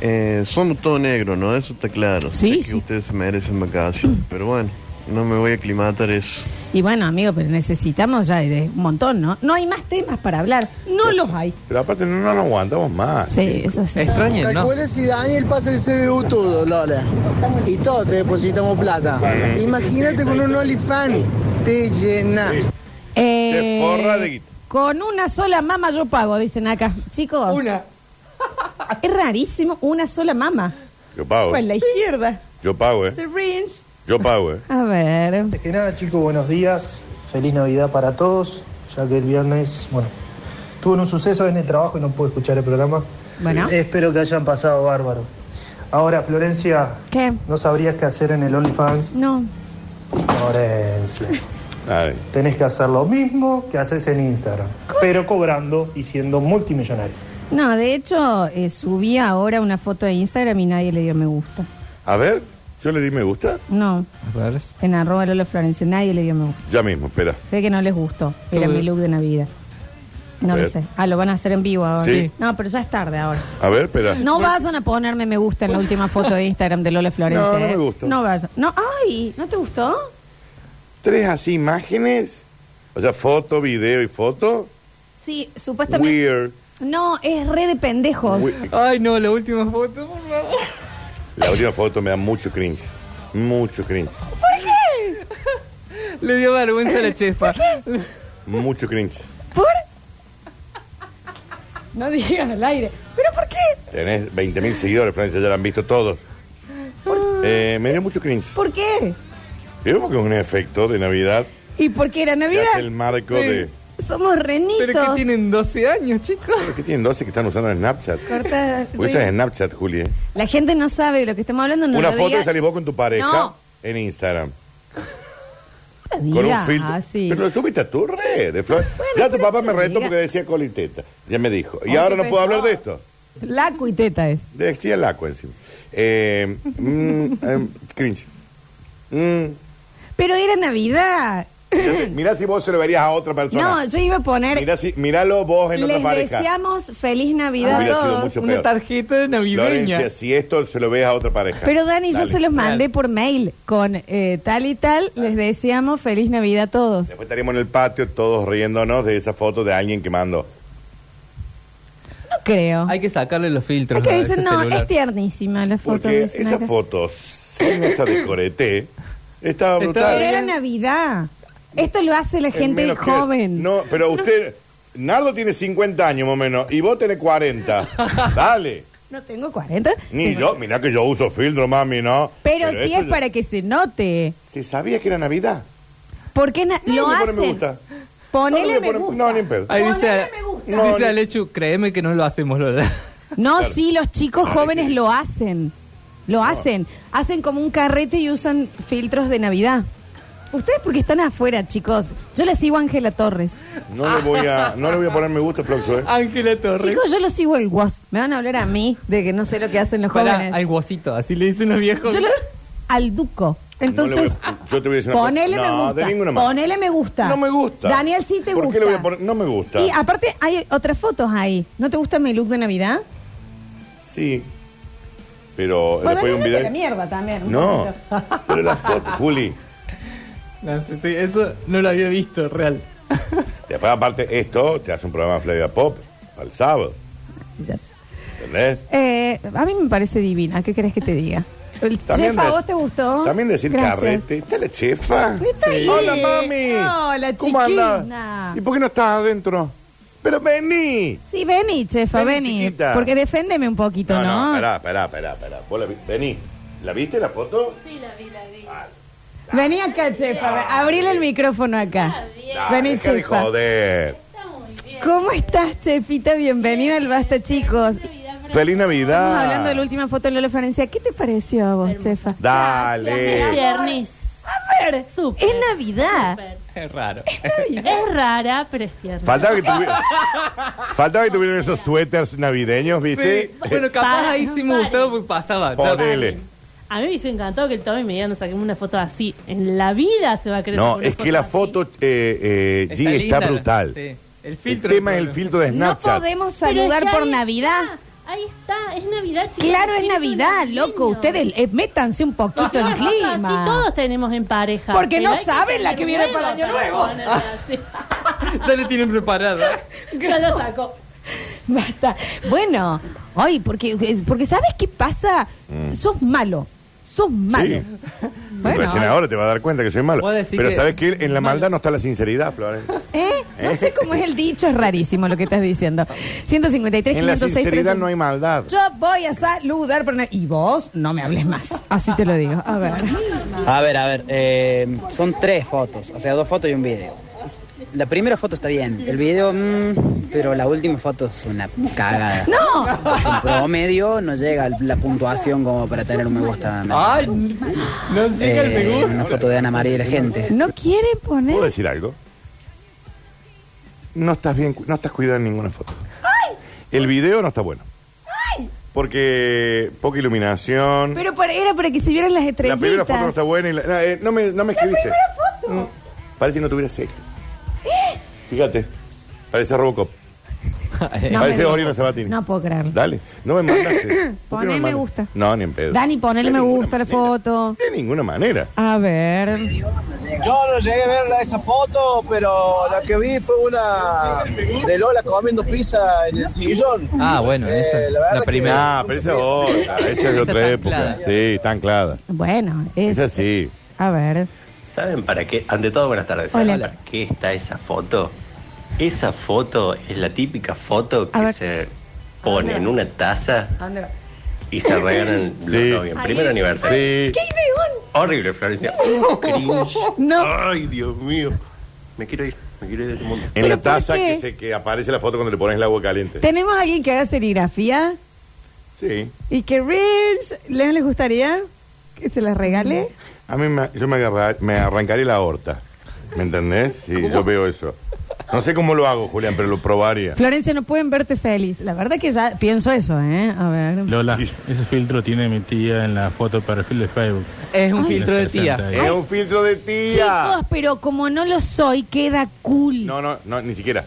L: Eh, somos todo negro, ¿no? Eso está claro.
A: Sí,
L: Sé que
A: sí.
L: ustedes se merecen vacaciones. Pero bueno, no me voy a aclimatar a eso.
A: Y bueno, amigo, pero necesitamos ya de un montón, ¿no? No hay más temas para hablar, no los hay.
B: Pero aparte, no nos aguantamos más.
A: Sí, eso sí.
D: Extrañen, ¿no?
J: Calcula si Daniel pasa el CBU todo, Lola. Y todos te depositamos plata. Imagínate con un OnlyFans. Te llena.
A: Eh,
B: forra de guita.
A: Con una sola mama yo pago, dicen acá. Chicos.
D: Una.
A: Es rarísimo una sola mama.
B: Yo pago.
A: Fue en la izquierda.
B: Yo pago, ¿eh?
A: Syringe.
B: Yo pago, ¿eh?
A: A ver.
M: Antes que nada, chicos, buenos días. Feliz Navidad para todos, ya que el viernes, bueno, tuve un suceso en el trabajo y no pude escuchar el programa.
A: Bueno.
M: Espero que hayan pasado bárbaro. Ahora, Florencia,
A: ¿Qué?
M: no sabrías qué hacer en el OnlyFans.
A: No.
M: Florencia.
B: Ay.
M: Tenés que hacer lo mismo que haces en Instagram, pero cobrando y siendo multimillonario.
A: No, de hecho, eh, subí ahora una foto de Instagram y nadie le dio me gusta.
B: A ver, yo le di me gusta.
A: No,
D: A ver.
A: en arroba Lola Florencia, nadie le dio me gusta.
B: Ya mismo, espera.
A: Sé que no les gustó. Era
D: Tuve.
A: mi look de Navidad. No
B: A
A: lo
B: ver.
A: sé. Ah, lo van a hacer en vivo ahora.
B: Sí.
A: No, pero ya es tarde ahora.
B: A ver, espera.
A: No vayan a ponerme me gusta en la última foto de Instagram de Lola Florencia.
B: No, no
A: ¿eh?
B: me gustó.
A: No vayan. No, ay, ¿no te gustó?
B: Tres así imágenes. O sea, foto, video y foto.
A: Sí, supuestamente.
B: Weird.
A: No, es re de pendejos.
B: We-
D: Ay, no, la última foto, por favor.
B: La última foto me da mucho cringe. Mucho cringe.
D: Le dio vergüenza a la chepa.
B: Mucho cringe.
A: ¿Por? No digan al aire. ¿Pero por qué?
B: Tenés 20.000 seguidores, Florencia, ya la han visto todos. Eh, me dio mucho cringe.
A: ¿Por qué?
B: Yo creo que es un efecto de Navidad.
A: ¿Y por qué era
B: Que
A: Navidad?
B: hace el marco
D: Sí.
B: de...
A: Somos renitos.
D: Pero que tienen 12 años, chicos.
B: ¿Qué tienen 12 que están usando en Snapchat?
A: Corta-
B: Porque eso es Snapchat, Juli. ¿eh?
A: La gente no sabe de lo que estamos hablando. No
B: Una
A: lo
B: foto
A: diga-
B: y salís vos con tu pareja
A: No.
B: en Instagram.
A: no lo
B: Con
A: diga ah,
B: un filtro.
A: así.
B: Pero lo subiste a tu red. de Flor. ya tu papá me
A: lo
B: retó
A: diga.
B: porque decía coliteta. Ya me dijo. Y
A: Ay,
B: ahora
A: qué
B: no puedo
A: pesado.
B: hablar de esto.
A: La cuiteta es.
B: Decía el agua encima. Eh, mm, em, cringe. Mm.
A: Pero era Navidad.
B: Entonces, Mirá si vos se lo verías a otra persona.
A: No, yo iba a poner.
B: Mirá si, míralo vos en
A: Les
B: otra pareja.
A: deseamos feliz Navidad a
B: Hubiera sido
A: todos.
B: mucho
D: Una
B: peor.
D: tarjeta navideña.
B: Florencia, si esto se lo ves a otra pareja.
A: Pero Dani, yo
B: Dale.
A: se los mandé por mail con eh, tal y tal. Les deseamos feliz Navidad a todos.
B: Después estaríamos en el patio todos riéndonos de esa foto de alguien que mandó.
A: No creo.
D: Hay que este sacarle los filtros.
A: Es que
D: a
A: dicen,
D: ese
A: no,
D: celular.
A: es tiernísima la foto.
B: Porque
A: dicen
B: esas
A: acá.
B: fotos, sin esa decoreté, estaba
D: Está
B: brutal.
A: Pero era Navidad. Esto lo hace la
B: Es
A: gente
B: menos que-
A: joven.
B: No, pero usted, Nardo tiene 50 años más o menos, y vos tenés 40. Dale.
A: No tengo 40.
B: Ni yo, mirá que yo uso filtro, mami, ¿no?
A: Pero, si
B: esto
A: es
B: ya-
A: para que se note.
B: Se sabía que era Navidad.
A: Porque na-
B: Nadie
A: lo
B: le pone
A: hacen.
B: me gusta.
A: Ponele
B: Nadie le
A: me
B: pone-
A: gusta.
B: No, ni en pedo.
D: Ahí dice,
A: me gusta.
B: No,
D: dice
B: no.
D: Alechu, créeme que no lo hacemos, Lola.
A: No,
B: Claro.
A: sí, los chicos
B: Ah,
A: jóvenes
B: sí. Ah.
A: lo hacen. Lo hacen. Hacen como un carrete y usan filtros de Navidad. Ustedes porque están afuera, chicos. Yo les sigo a Ángela Torres.
B: No le voy a, no le voy a poner me gusta, Floxo, ¿eh?
D: Ángela Torres.
A: Chicos, yo los sigo el guas. Me van a hablar a mí de que no sé lo que hacen los
D: Pará,
A: jóvenes.
D: al guasito, así le dicen los viejos.
A: Yo lo- al duco. Entonces,
B: No le voy a- yo te voy a decir una cosa.
A: ponele
B: No,
A: me gusta.
B: de ninguna manera.
A: ponele me gusta.
B: No me gusta.
A: Daniel, sí te
B: ¿Por
A: gusta.
B: qué le voy a poner? No me gusta.
A: Y aparte hay otras fotos ahí. ¿No te gusta mi look de Navidad?
B: Sí. Pero
A: Ponele
B: después hay un
A: look Pues de
B: video.
A: la mierda también. un
B: No,
A: poquito. Ah,
B: pero la foto, Juli.
D: No, sí, sí, eso no lo había visto, real.
B: Después, aparte, esto te hace un programa Flavia Pop al sábado.
A: Sí, ya sé.
B: ¿Entendés?
A: Eh, a mí me parece divina. ¿Qué querés que te diga? El chef, ¿a
B: des-
A: vos te gustó?
B: También decir
A: Gracias.
B: carrete. ¿Está la chefa?
A: Está ahí.
B: Hola, mami.
A: Hola,
B: ¿Cómo
A: chiquina.
B: andás? ¿Y por qué no estás adentro? Pero vení.
A: Sí, vení, chefa,
B: Vení,
A: vení.
B: chiquita.
A: Porque deféndeme un poquito, ¿no?
B: no, pará, pará, pará, pará. Vos la vi- Vení. ¿La viste la foto?
A: Vení acá, chefa. ve- Abrile el micrófono acá.
B: Nah,
A: Vení,
B: deja de
A: chefa.
B: joder.
A: ¿Cómo estás, chefita? Bienvenida al Basta, chicos.
B: Feliz Navidad.
A: Estamos hablando de la última foto de Lola Florencia. ¿Qué te pareció a vos, chefa?
B: Dale.
N: Tiernis.
A: A ver, es Navidad.
D: Es raro.
N: Es rara, pero es tierna.
B: Faltaba que, tuvi- Faltaba que tuvieran esos suéteres navideños, ¿viste? Eh,
D: Sí, bueno, capaz
N: Para,
D: ahí
N: no
D: sí me gustaba
N: paren.
D: porque pasaba.
B: Ponele.
N: A mí me hubiese encantado que el Tommy me diera, nos saquemos una foto así. En la vida se va a creer.
B: No, es que la foto, eh, eh, G, está,
D: linda la-
B: brutal.
D: sí. El
B: El
D: filtro.
B: tema es el
D: bueno.
B: filtro de
A: No
B: Snapchat.
A: podemos saludar por Navidad.
N: Ahí está, es Navidad, chicos.
A: Claro, es Navidad, loco. Ustedes eh, métanse un poquito en
N: el
A: clima.
N: todos tenemos en pareja.
A: Porque
N: pero
A: no
N: hay
A: saben la
N: tener
A: que viene para
N: huevos
A: Año
N: para
A: Nuevo.
N: ponerla
D: Ya le tienen preparada.
N: así. ya lo saco.
A: eh,
B: Mm.
A: Basta. Bueno, ay, porque, porque ¿sabes qué pasa? Sos malo. sos malo. Bueno.
B: Recién ahora te vas a dar cuenta que soy malo.
A: Vos decís
B: Pero
A: que-
B: sabes que en la maldad no está la sinceridad, Flores.
A: ¿Eh? No sé cómo es el dicho, es rarísimo lo que estás diciendo. 153,
B: En la
A: 506,
B: sinceridad
A: 300.
B: no hay maldad.
A: Yo voy a saludar por una- Y vos no me hables más. Así te lo digo. A ver.
O: A ver, a ver, eh, son tres fotos, o sea, dos fotos y un video. La primera foto está bien, el video, mm, pero la última foto es una cagada. En
A: ¡No!
O: promedio no llega la puntuación como para tener un me gusta.
B: Ah,
O: Eh,
D: Ay, no
A: llega el me gusta.
J: Eh,
O: Una foto de Ana María y la gente.
A: ¿No quiere poner?
B: ¿Puedo decir algo? No estás bien, cu- no estás cuidado en ninguna foto. El video no está bueno. Porque poca iluminación.
A: Pero para- era para que se vieran las
B: la
A: estrellitas.
B: primera foto no está buena y la- no, eh, no me, no me escribiste. Mm,
A: foto. ¿Eh?
B: Parece que no tuviera sexo. Fíjate. Parece Robocop.
A: No me
B: Parece
A: digas.
B: Oriana Sabatini.
A: No puedo creerlo.
B: Dale. No me mandaste. ¿Por qué no
A: Poné me
B: mandaste?
A: gusta.
B: No, ni en pedo.
A: Dani, ponele me gusta a la foto.
B: De ninguna manera.
A: A ver.
J: Yo no llegué a ver la- esa foto, pero la que vi fue una de Lola comiendo pizza en el sillón.
D: Ah, bueno,
J: Eh,
D: esa.
J: la verdad
D: La
J: que-
D: primera.
B: Ah, pero esa es otra. Esa es de
D: Esa
B: otra
D: está
B: época.
D: anclada.
B: Sí, está anclada.
A: Bueno, es.
B: Esa sí.
A: A ver.
P: ¿Saben para qué? Ante todo, buenas tardes.
A: Hola.
P: ¿Saben para qué está esa foto? Esa foto es la típica foto
A: A
P: que
A: ver.
P: se pone
A: Anda.
P: en una taza y se regalan los novios.
A: Ahí
P: Primer
A: está.
P: aniversario.
A: ¡Qué ideón!
P: Horrible, Florencia. Oh, cringe.
A: No.
B: Ah.
P: Ay, Dios mío. Me quiero ir. Me quiero ir de este mundo.
B: En la taza
A: qué?
B: que, se, que aparece la foto cuando le pones el agua caliente.
A: ¿Tenemos a alguien que haga serigrafía?
B: Sí.
A: ¿Y que Rich ¿les, les gustaría que se las regale?
B: A mí me, yo me, agarra- me arrancaré la aorta. ¿Me entendés? Sí, yo veo eso. No sé cómo lo hago, Julián, pero lo probaría.
A: Florencia, no pueden verte feliz. La verdad que ya pienso eso, ¿eh? A ver.
Q: Lola, ese filtro tiene mi tía en la foto de perfil de Facebook.
D: Es un
Q: Tiene
D: filtro de
Q: 60
D: tía.
Q: ahí.
B: Es un filtro de tía.
A: Chicos, pero como no lo soy, queda cool.
B: No, no, no, ni siquiera.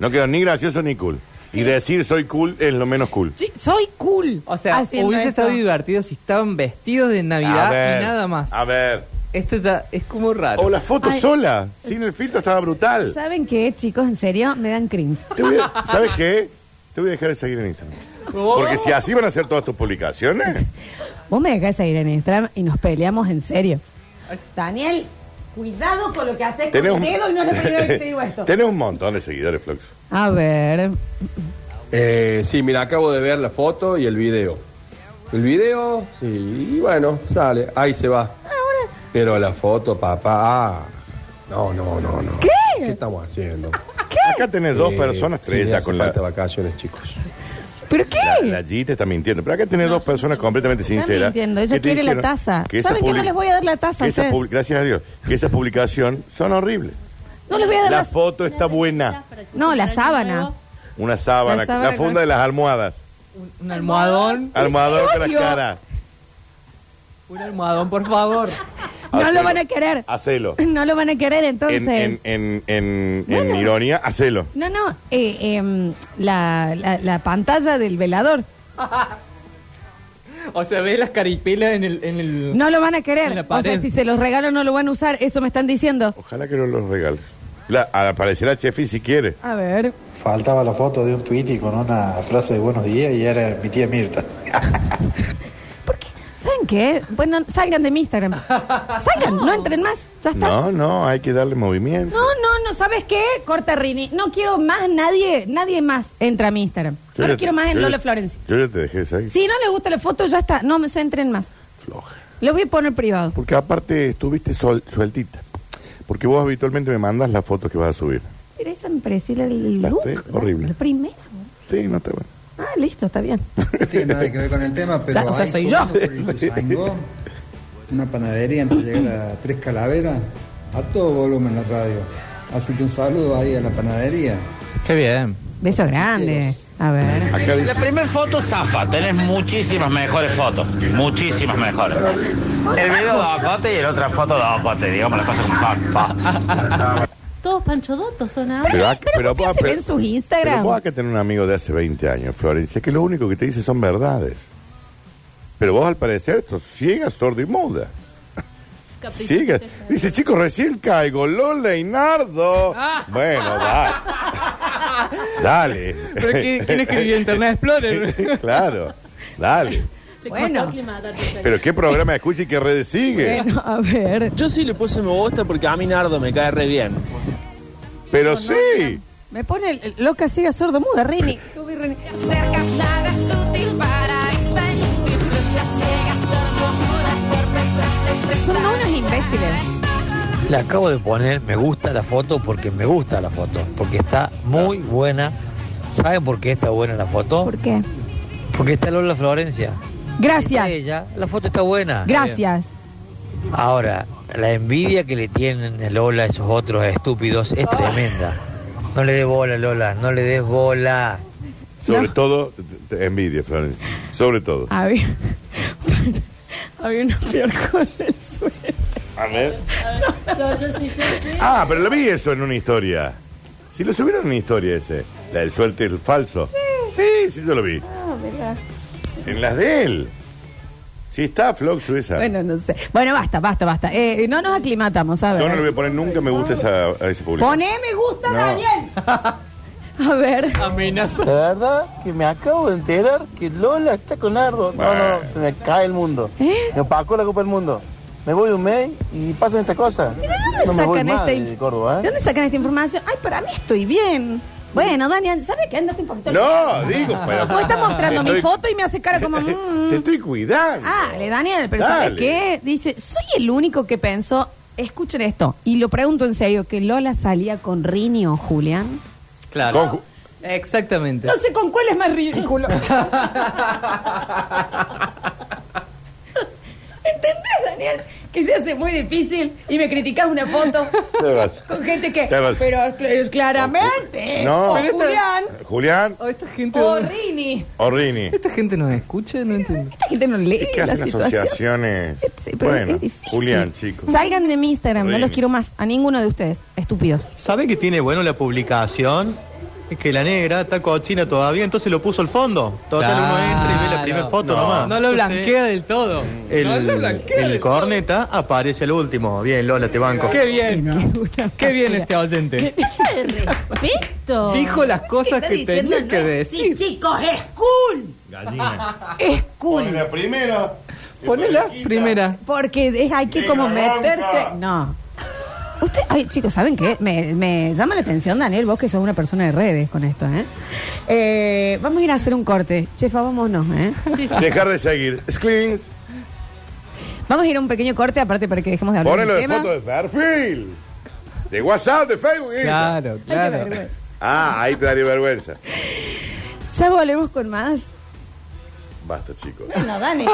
B: No quedo ni gracioso ni cool. Y decir soy cool es lo menos cool.
A: Chi- soy cool.
D: O sea,
A: haciendo
D: hubiese
A: eso.
D: estado divertido si estaban vestidos de Navidad
B: A ver, Ah.
D: y nada más.
B: A ver.
D: Esto ya es como raro.
B: O Oh, la foto
A: Ay.
B: sola, sin el filtro, estaba brutal.
A: ¿Saben qué, chicos? En serio, me dan cringe.
B: Te voy a- ¿Sabes qué? Te voy a dejar de seguir en Instagram. Porque si así van a hacer todas tus publicaciones.
A: Vos me dejás ir en Instagram y nos peleamos en serio. Daniel, cuidado con lo que haces con
B: Tenés
A: el
B: un,
A: dedo y no es la primera vez que te digo esto.
B: tenés un montón de seguidores, Flox.
A: A ver.
R: Eh, sí, mira, acabo de ver la foto y el video. El video, sí, y bueno, sale, ahí se va. Pero la foto, papá, ah, no, no, no, no. ¿Qué? ¿Qué estamos haciendo?
B: Acá tenés dos personas, tres
R: sí,
B: ya
R: hace
B: con la-
R: falta vacaciones, chicos.
A: ¿Pero qué?
B: La, G te está mintiendo. Pero acá tenés dos personas completamente sinceras.
A: mintiendo. Ella
B: que te
A: quiere la
B: dijeron
A: taza.
B: esa
A: ¿Saben que no
B: publi-
A: les voy a dar la taza a
B: que esa
A: ustedes?
B: publi- Gracias a Dios. Que esas publicaciones son horribles.
A: No les voy a dar
B: La
A: la...
B: foto está buena.
A: No, la sábana.
B: Una sábana,
A: La
B: la,
A: sábana
B: funda
A: con-
B: de las almohadas.
D: Un almohadón.
B: Ah. Almohadón con las
D: odio.
B: caras.
D: Un almohadón, por favor.
A: No
B: Hacelo.
A: lo van a querer.
B: Hacelo.
A: No lo van a querer entonces.
B: Ah, En, en, en, en, en ironía, hacelo.
A: No, no. eh, em, la, la- la pantalla del velador.
D: O sea, ves las caripelas en el. En el...
A: No lo van a
D: En
A: querer.
D: la
A: O sea,
D: pared.
A: si se los regalo no lo van a usar. Eso me están diciendo.
B: Ojalá que no los regales. La, aparecerá Chefi si quiere.
A: A ver.
S: Faltaba la foto de un tuiti con una frase de buenos días y era mi tía Mirta.
A: ¿Saben qué? Bueno, salgan de mi Instagram. Salgan, no entren más. Ya está.
B: No, no, hay que darle movimiento.
A: No, no, no, ¿sabes qué? Corta Rini. No quiero más nadie, nadie más entra a mi Instagram.
B: Yo
A: No
B: ya
A: lo
B: te-
A: quiero más en
B: yo ya-
A: Lola Florencia.
B: Yo ya te dejé de seguir.
A: Si no les gusta la foto, ya está. No me se entren más.
B: Floja.
A: Lo voy a poner privado.
B: Porque aparte estuviste sol- sueltita. Porque vos habitualmente me mandas las fotos que vas a subir.
A: Pero esa me pareció la- el
B: Las
A: look.
B: tres,
A: la-
B: horrible.
A: La primera.
B: Sí, no te bueno.
A: Ah, listo, está bien.
T: No tiene nada que ver con el tema, pero
A: Ya, o sea,
T: ahí
A: soy
T: subiendo
A: yo.
T: por el Ituzaingó, una panadería antes de llegar a Tres Calaveras, a todo volumen la radio. Así que un saludo ahí a la panadería.
D: Qué bien.
A: Beso grande. A ver.
B: Ah,
U: La primera foto zafa, tenés muchísimas mejores fotos, muchísimas mejores. El video da cote y el otra foto da cote, digamos las cosas como son. basta.
N: Todos panchodotos son ahora.
B: Pero, ac- pero
A: ¿por qué
B: vos-
A: se ve
B: pero-
A: en sus Instagram?
B: pero vos acá tenés un amigo de hace 20 años, Florencia, que lo único que te dice son verdades. Pero vos al parecer sos ciega, sordo y muda. Ciega. Dice, chicos, recién caigo. Lola y Nardo.
A: Ah.
B: Bueno, va. Dale.
D: Pero ¿quién- quién escribió Internet Explorer?
B: claro. Dale.
V: Te
A: Bueno.
V: costó aclimatarte, Feli.
B: Pero qué programa escucha y qué redes sigue.
A: Bueno, a ver.
G: Yo sí le puse me gusta porque a mí Nardo me cae re bien.
B: Pero sí.
A: Me pone el- el loca, ciega, sordo, muda, Rini. Subí, Rini. Son unos imbéciles.
J: Le acabo de poner me gusta a la foto porque me gusta la foto, porque está muy buena. ¿Saben por qué está buena la foto? ¿Por
A: qué?
J: Porque está Lola Florencia.
A: Gracias.
J: Este, La foto está buena.
A: Gracias.
J: Ahora, la envidia que le tienen a Lola a esos otros estúpidos es tremenda. No le des bola, Lola, no le des bola.
B: Sobre todo, te- te- envidia, Florencia. Sobre todo.
A: Había, había una peor con el suelo.
B: A ver.
V: No, yo sí, yo sí.
B: Ah, pero lo vi eso en una historia. Si lo subieron en una historia ese. La del suelte el falso. Sí. sí, yo lo vi.
A: Ah, mirá.
B: En las de él. Sí está, Flox Suiza.
A: Bueno, no sé. Bueno, basta, basta, basta. Eh, no nos aclimatamos, a ver.
B: Yo no le voy a poner nunca me gusta esa, a ese público.
A: Poné me gusta,
B: No.
A: Daniel. A ver.
W: La
J: Amenaza.
W: verdad que me acabo de enterar que Lola está con Nardo. No, no, se me cae el mundo. Me opacó la Copa del Mundo. Me voy un mes y pasan estas cosas.
A: ¿De dónde
W: no me voy
A: sacan
W: más
A: esta in-
W: de Córdoba, ¿eh?
A: ¿De dónde sacan esta información? Ay, para mí estoy bien. Bueno, Daniel, ¿sabes qué? Andate un poquito. al
B: No,
A: carajo.
B: digo, pero-
A: Vos estás mostrando
B: Estoy-
A: mi foto y me hace cara como. mm.
B: Te estoy cuidando.
A: Ah, le Daniel, pero ¿sabes
B: Dale.
A: qué? Dice, soy el único que pensó, escuchen esto, y lo pregunto en serio, que Lola salía con Rini o Julián.
D: Claro. Exactamente.
A: No sé con cuál es más ridículo. ¿Entendés, Daniel? Que se hace muy difícil y me criticas una foto
B: Te vas.
A: con gente que.
B: Te vas.
A: Pero es claramente.
B: No.
A: o Julián.
B: Julián
A: O esta
D: Oh, gente.
A: O Rini.
B: Orrini.
D: Esta gente nos escucha, no entiendo.
A: Esta gente no lee.
B: ¿Qué
A: la
B: hacen
A: situación.
B: asociaciones?
A: pero
B: bueno,
A: es difícil.
B: Julián, chicos.
A: Salgan de mi Instagram, no
F: Rini.
A: los quiero más a ninguno de ustedes, estúpidos.
F: ¿Saben qué tiene bueno la publicación? Es que la negra está cochina todavía, entonces lo puso al fondo. Total, uno entra y ve la primera foto nomás.
D: No lo
F: Entonces,
D: blanquea del todo. no
F: El,
D: lo blanquea
F: el
D: del
F: corneta aparece el último. Bien, Lola, te banco.
D: todo. Qué bien. Qué bien este oyente.
V: Falta de respeto.
D: Dijo las cosas
V: ¿Qué
D: que
V: está diciendo,
D: tenía que
V: no?
D: decir.
V: Sí, chicos, es cool.
A: Es cool.
B: Ponela primera.
D: Ponela primera.
A: Porque es- hay que como
D: Venga,
A: meterse.
D: bronca.
A: No. Usted, ay, chicos, ¿saben qué? Me, me llama la atención, Daniel, vos que sos una persona de redes con esto, ¿eh? Eh, vamos a ir a hacer un corte. Chefa, vámonos, ¿eh?
B: Dejar de seguir. Screen.
A: Vamos a ir a un pequeño corte, aparte para que dejemos de hablar
B: Ponelo
A: del
B: de
A: tema.
B: foto de perfil. De WhatsApp, de Facebook. Instagram.
D: Claro,
A: claro. vergüenza.
B: Ah, ahí te daría vergüenza.
A: Ya volvemos con más.
B: Basta, chicos.
A: Bueno, Dani.